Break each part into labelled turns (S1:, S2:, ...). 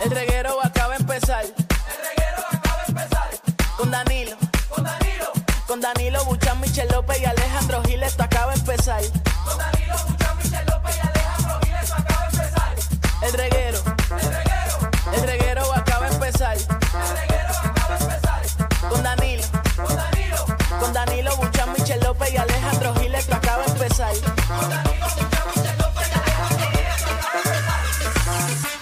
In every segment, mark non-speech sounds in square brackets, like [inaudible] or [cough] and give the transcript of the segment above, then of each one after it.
S1: El reguero acaba de empezar. El reguero acaba de empezar. Con Danilo. Con Danilo. Con Danilo Buchan, Michel López y Alejandro Gil, esto acaba de empezar. Con Danilo Buchan, Michel López y Alejandro Gil, esto acaba de empezar. El reguero. El reguero. El reguero acaba de empezar. El reguero acaba de empezar. Con Danilo. Con Danilo. Con Danilo Buchan, Michel López y Alejandro Gil, esto acaba de empezar.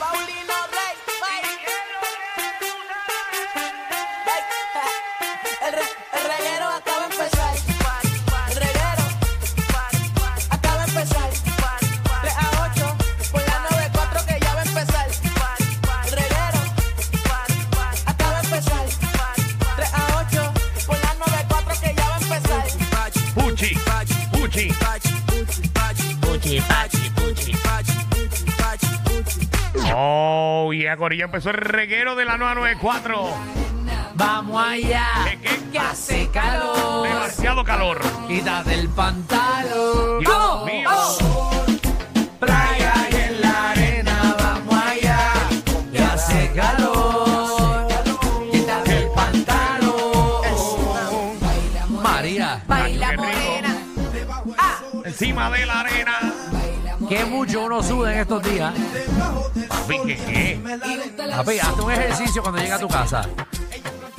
S1: Paulino Rey, El, re- el reguero acaba de empezar. El reguero acaba de empezar. 3 a 8 por la 94 que ya va a empezar. El reguero acaba de empezar. 3 a 8 por la 94 que ya va a empezar.
S2: Puchi, Puchi, Oh, y yeah, Corillo empezó el reguero de la 994.
S3: Vamos allá,
S2: ¿Qué, qué?
S3: que hace calor.
S2: Demasiado calor.
S3: Quítate el pantalón.
S2: Dios mío.
S4: Oh.
S3: Playa y en la arena, vamos allá, que hace calor. Quítate el pantalón. María,
S2: Qué rico. Encima de la arena.
S3: que mucho uno suda en estos días.
S2: Papi, ¿qué, qué?
S3: Papi, hazte un ejercicio cuando llegue a tu casa.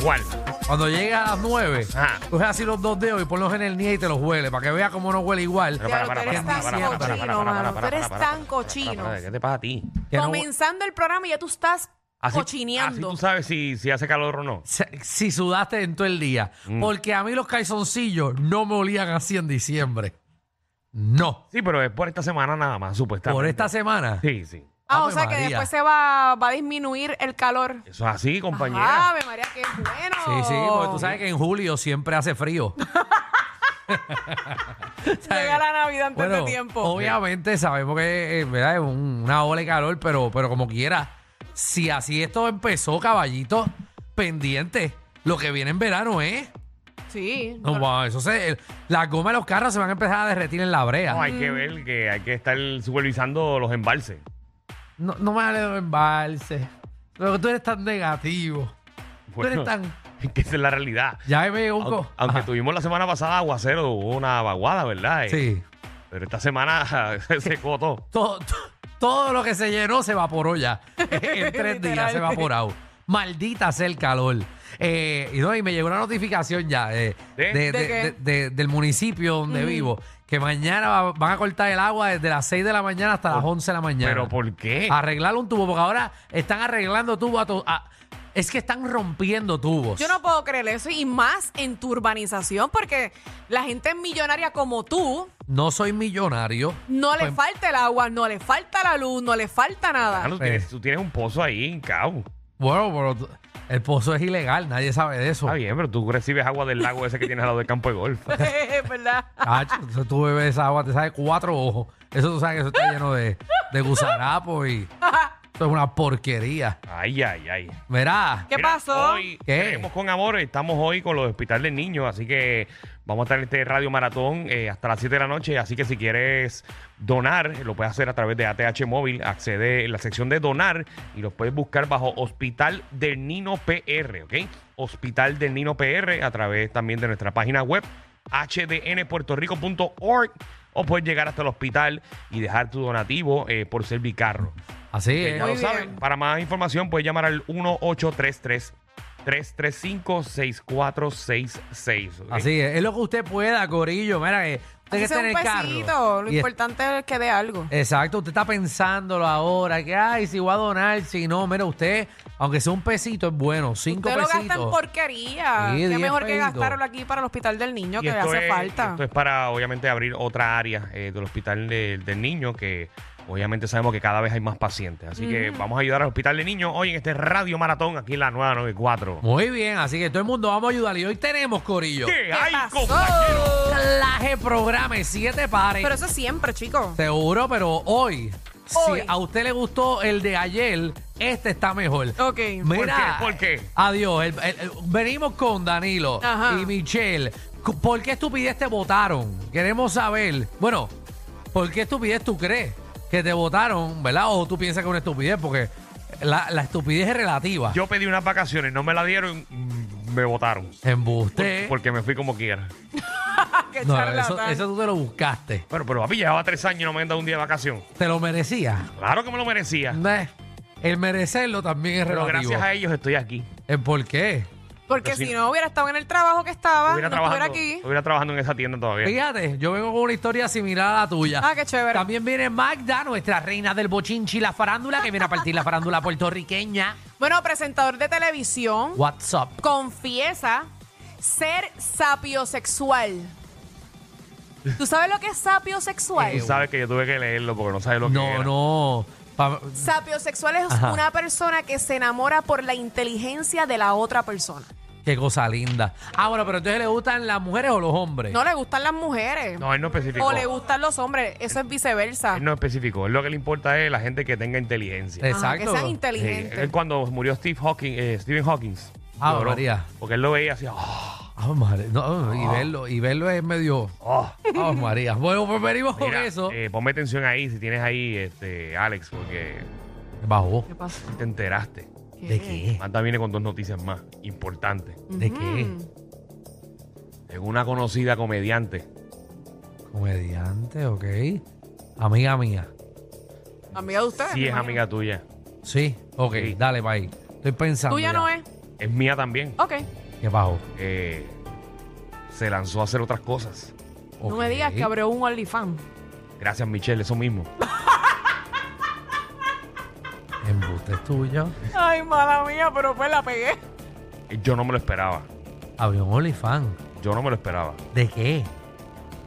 S2: ¿Cuál?
S3: Cuando llegue a las 9,
S2: Ajá.
S3: coge así los dos dedos y ponlos en el nieve y te los huele, para que veas cómo no huele igual.
S2: Pero para, para,
S4: tú eres
S2: para, para, para,
S4: tan
S2: para, para,
S4: cochino,
S2: para,
S4: mano.
S2: para, para,
S4: Tú eres
S2: para, para,
S4: tan cochino.
S2: para, para, ¿Qué te pasa a ti?
S3: Que no-
S4: Comenzando el programa y ya tú estás
S2: Así, así
S4: cochineando.
S2: tú sabes si, si hace calor o no.
S3: Se- si sudaste en todo el día. Porque a mí los calzoncillos no me olían así en diciembre. No.
S2: Sí, pero es por esta semana nada más, supuestamente.
S3: Por esta semana.
S2: Sí, sí.
S4: ah, o
S3: Ave
S4: sea que
S3: María.
S4: después se va, va a disminuir el calor. Ah,
S2: Eso es así, compañera.
S4: Ave María, qué bueno.
S3: Sí, sí,
S4: Oh.
S3: porque tú sabes que en julio siempre hace frío.
S4: Llega la Navidad antes de tiempo.
S3: obviamente sabemos que eh, ¿verdad? es un- una ola de calor, pero, pero como quiera, si así esto empezó, caballito, pendiente, lo que viene en verano es...
S4: Sí.
S3: No, wow, eso se, las gomas de los carros se van a empezar a derretir en la brea.
S2: No, hay que
S3: Mm.
S2: ver que hay que estar supervisando los embalses.
S3: No, no me hable de los embalses. Pero tú eres tan negativo.
S2: Bueno,
S3: tú eres tan.
S2: es [laughs] que esa es la realidad.
S3: Ya me llegó un
S2: Aunque,
S3: co-
S2: aunque
S3: Ajá.
S2: tuvimos la semana pasada aguacero, hubo una vaguada, ¿verdad? Eh,
S3: Sí.
S2: Pero esta semana [laughs] se secó todo.
S3: Todo, to- todo lo que se llenó se
S2: [laughs]
S3: evaporó ya. en tres días
S4: Literal.
S3: se evaporó. Maldita sea el calor. Eh, y, no, y me llegó una notificación ya eh,
S2: ¿De?
S3: de-
S4: ¿De
S3: de-
S4: qué?
S3: de- de- del municipio donde vivo que mañana va- van a cortar el agua desde las 6 de la mañana hasta las 11 de la mañana.
S2: ¿Pero por qué?
S3: Arreglar un tubo, porque ahora están arreglando tubos. a to- a- es que están rompiendo tubos.
S4: Yo no puedo creer eso y más en tu urbanización porque la gente millonaria como tú
S3: no soy millonario.
S4: no le
S3: Pues-
S4: falta el agua, no le falta la luz, no le falta
S2: Ah,
S4: nada.
S2: tú, tienes, tú tienes un pozo ahí en cabo.
S3: Bueno, pero tú- el pozo es ilegal, nadie sabe de eso.
S2: Está bien, pero tú recibes agua del lago ese que tienes al lado del campo de
S3: [laughs]
S2: golf.
S4: [laughs] ¿Verdad?
S3: Cacho, entonces tú bebes esa agua, te sale cuatro ojos. Eso tú sabes que eso está lleno de, de gusarapos y eso es una porquería.
S2: Ay, ay, ay.
S3: Verá,
S4: ¿Qué
S2: Mira,
S4: pasó?
S2: Hoy
S3: ¿Qué?
S2: creemos con amor, estamos hoy con los hospitales de niños, así que vamos a estar en este radio maratón eh, hasta las 7 de la noche, así que si quieres donar, lo puedes hacer a través de ATH Móvil, accede en la sección de donar y los puedes buscar bajo Hospital del Nino PR, ¿ok? Hospital del Nino PR a través también de nuestra página web hdnpuertorico.org o puedes llegar hasta el hospital y dejar tu donativo eh, por Servicarro.
S3: así
S2: Que
S3: es.
S2: Eh, ya lo
S4: Muy bien.
S2: saben. Para más información puedes llamar al 1833 335 6466.
S3: Así es. Es lo que usted pueda, Corillo. Mira, que usted que
S4: Hace
S3: está en
S4: un
S3: el
S4: pesito,
S3: carro.
S4: lo
S3: y es-
S4: importante es que dé algo.
S3: Exacto, usted está pensándolo ahora, que ay, si voy a donar, si no, mira, usted, aunque sea un pesito, es bueno, cinco
S4: Usted lo gasta en
S3: pesitos.
S4: porquería.
S3: Sí,
S4: Qué
S3: diez
S4: mejor que
S3: pesitos.
S4: gastarlo aquí para el hospital del niño
S2: Y
S4: que le hace
S2: es,
S4: falta.
S2: esto es para, obviamente, abrir otra área eh, del hospital de- del niño que Obviamente sabemos que cada vez hay más pacientes. Así que vamos a ayudar al Hospital de Niños hoy en este Radio Maratón, aquí en la 994.
S3: Muy bien, así que todo el mundo vamos a ayudar. Y hoy tenemos, Corillo,
S2: ¿Qué hay,
S4: pasó?
S2: compañero?
S3: claje programa siete pares.
S4: Pero eso siempre, chicos.
S3: Seguro, pero hoy,
S4: Hoy.
S3: si a usted le gustó el de ayer, este está mejor.
S4: Ok.
S3: Mira,
S2: ¿Por qué? ¿Por qué?
S3: Adiós. el- el- el- venimos con Danilo
S4: Ajá.
S3: y Michelle. Cu- ¿Por qué estupidez te votaron? Queremos saber. Bueno, ¿por qué estupidez tú crees que te votaron, verdad? O tú piensas que es una estupidez, porque la, la estupidez es relativa.
S2: Yo pedí unas vacaciones, no me la dieron, mm, me votaron. Por-
S3: Embuste.
S2: Porque me fui como quiera.
S4: Qué
S3: [laughs] No, eso,
S4: charlatán.
S3: eso tú te lo buscaste.
S2: Bueno, pero papi, llevaba tres años y no me han dado un día de vacación.
S3: ¿Te lo merecías?
S2: Claro que me lo merecía.
S3: Nah, El merecerlo también es
S2: Pero
S3: relativo.
S2: gracias a ellos estoy aquí.
S4: Ah,
S3: ¿En ¿Por qué?
S4: Porque
S2: Pero si-
S4: si no hubiera estado en el trabajo que estaba,
S2: Estuviera,
S4: no estuviera
S2: trabajando,
S4: aquí.
S2: estuviera trabajando en esa tienda todavía.
S3: Fíjate, yo vengo con una historia similar a la tuya.
S4: Ah, qué chévere.
S3: También viene Magda, nuestra reina del bochinchi, y la farándula, que viene a partir la farándula [laughs] puertorriqueña.
S4: Bueno, presentador de televisión
S3: What's up?
S4: confiesa ser sapiosexual. ¿Tú sabes lo que es sapiosexual?
S3: Eh,
S2: Tú sabes que yo tuve que leerlo porque no sabes lo que
S3: No,
S2: era.
S3: no. Pa-
S4: Sapiosexual es
S3: Ajá.
S4: una persona que se enamora por la inteligencia de la otra persona.
S3: Qué cosa linda. Ah, bueno, pero entonces le gustan las mujeres o los hombres.
S4: No ah, le gustan las mujeres.
S2: No, él no especificó.
S4: o le gustan los hombres. Eso es viceversa.
S2: Él no especificó. Él lo que le importa es la gente que tenga inteligencia.
S3: Eh,
S4: Ajá, que
S3: Exacto.
S4: sean
S2: Sí,
S4: inteligentes.
S2: Él cuando murió Steve Hawking, eh, Stephen Hawking.
S3: Ah, María.
S2: Porque él lo veía así. ah,
S3: Ah, madre. No, y verlo, y verlo es medio.
S2: ah.
S3: Ah, María. Bueno, pues venimos con
S2: Mira,
S3: eso.
S2: eh, ponme atención ahí si tienes ahí, este, Alex, porque
S3: Bajó.
S4: ¿Qué pasó?
S2: te enteraste.
S3: ¿De qué?
S2: Manda viene con dos noticias más importantes.
S3: ¿De qué?
S2: Según una conocida comediante,
S3: Comediante, ok. Amiga mía.
S4: Amiga de usted.
S2: sí
S4: me
S2: es
S4: imagino.
S2: amiga tuya.
S3: Sí, ok,
S2: Sí.
S3: dale, bye. Estoy pensando.
S4: Tuya no es.
S2: Es mía también.
S4: Ok.
S3: ¿Qué bajo?
S2: Eh, se lanzó a hacer otras cosas.
S4: No me digas que abrió un OnlyFans.
S2: Gracias, Michelle, eso mismo.
S3: Embuste es tuyo.
S4: Ay, mala mía, pero pues la pegué.
S2: Yo no me lo esperaba.
S3: Abrió un OnlyFans.
S2: Yo no me lo esperaba.
S3: ¿De qué?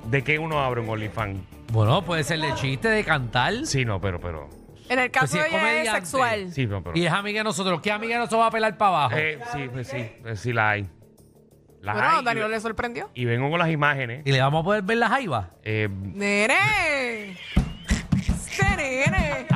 S2: ¿De qué uno abre un OnlyFans?
S3: Bueno, puede ser de chiste, de cantar.
S2: Sí, no, pero, pero.
S4: En el
S3: Pues
S4: caso
S3: si es
S4: de ella es
S3: comediante.
S4: sexual.
S2: Sí, no, pero.
S3: Y es amiga de nosotros. ¿Qué amiga de nosotros va a pelar para abajo?
S2: Eh, sí, pues sí, pues sí la hay. La
S4: Bueno,
S2: hay.
S4: Danilo le
S2: y,
S4: sorprendió.
S2: y vengo con las imágenes.
S3: ¿Y le vamos a poder ver la jaiba?
S2: Eh,
S4: ¡Nene! ¡Este nene!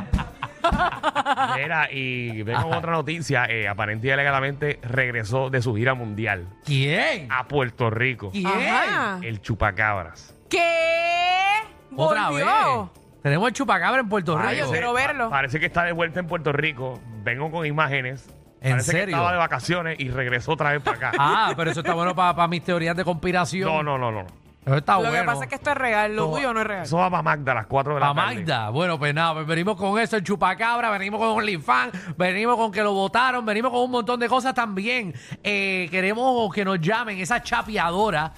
S2: mira, y vengo con otra noticia. Eh, aparentemente y alegadamente regresó de su gira mundial
S3: ¿Quién?
S2: a Puerto Rico.
S3: ¿Quién?
S4: Ajá.
S2: El chupacabras.
S4: ¿Qué?
S3: Eh. Otra
S4: Volvió.
S3: vez. Tenemos el chupacabra en Puerto
S4: Ay, yo
S3: Rico.
S4: quiero verlo.
S2: pa- Parece que está de vuelta en Puerto Rico. Vengo con imágenes.
S3: ¿En
S2: parece que
S3: serio?
S2: estaba de vacaciones y regresó otra vez para acá.
S3: [laughs] Ah, pero eso está bueno para, mis teorías de conspiración.
S2: no, no, no, no.
S3: Eso está
S4: Lo
S3: Ah, bueno.
S4: que pasa es que esto es real, lo
S3: No.
S4: tuyo no es real.
S2: Eso va para Magda a las 4 de la
S3: A
S2: tarde.
S3: Magda. Bueno, pues nada, pues venimos con eso, el chupacabra, venimos con OnlyFans, venimos con que lo votaron, venimos con un montón de cosas también. Eh, queremos que nos llamen esa chapeadora,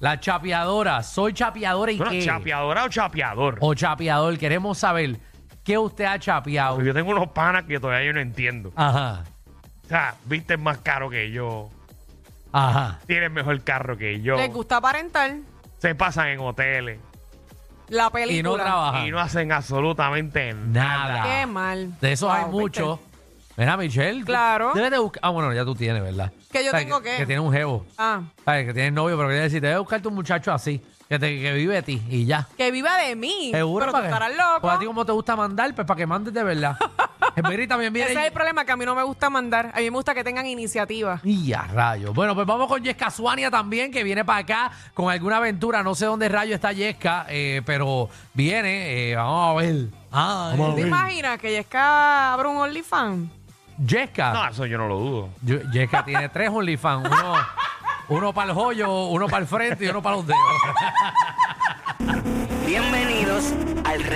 S3: la chapeadora, soy chapeadora y
S2: Bueno,
S3: qué.
S2: chapeadora o chapeador.
S3: O chapeador, queremos saber qué usted ha chapeado.
S2: Yo tengo unos panas que todavía yo no entiendo.
S3: Ajá,
S2: O sea, visten más caro que yo.
S3: ajá.
S2: Tienen mejor carro que yo.
S4: Les gusta aparentar
S2: Se pasan en hoteles.
S4: la película.
S3: Y no trabajan.
S2: Y no hacen absolutamente nada.
S3: Nada.
S4: Qué mal.
S3: Ah, De eso
S4: Wow,
S3: hay
S4: ¿viste?
S3: mucho. Mira, Michelle. tú
S4: Claro.
S3: Debes de buscar. Ah, bueno, ya tú tienes, ¿verdad?
S4: Que yo tengo
S3: que.
S4: qué.
S3: Que tiene un jevo.
S4: Ah,
S3: ¿Sabes? Que tienes novio, pero quería decir, debes buscarte un muchacho así, que, te, que vive de ti y ya.
S4: que viva de mí.
S3: Seguro,
S4: pero tú
S3: para que-
S4: estarás
S3: Pues a ti
S4: loco.
S3: como te gusta mandar, pues para que mandes de
S4: [laughs]
S3: verdad. Espera, y también viene...
S4: Ese es el problema que a mí no me gusta mandar. A mí me gusta que tengan iniciativa.
S3: Y a rayos. Bueno, pues vamos con Yesca Suania también, que viene para acá con alguna aventura. No sé dónde rayo está Yesca, eh, pero viene. eh, vamos a ver. Ah,
S4: ¿Te imaginas que Yesca abre un OnlyFans?
S3: Yesca.
S2: No, eso yo no lo dudo.
S3: Yo- Yesca tiene tres OnlyFans. Uno, uno para el joyo, uno para el frente y uno para los dedos.
S5: Bienvenidos al rey.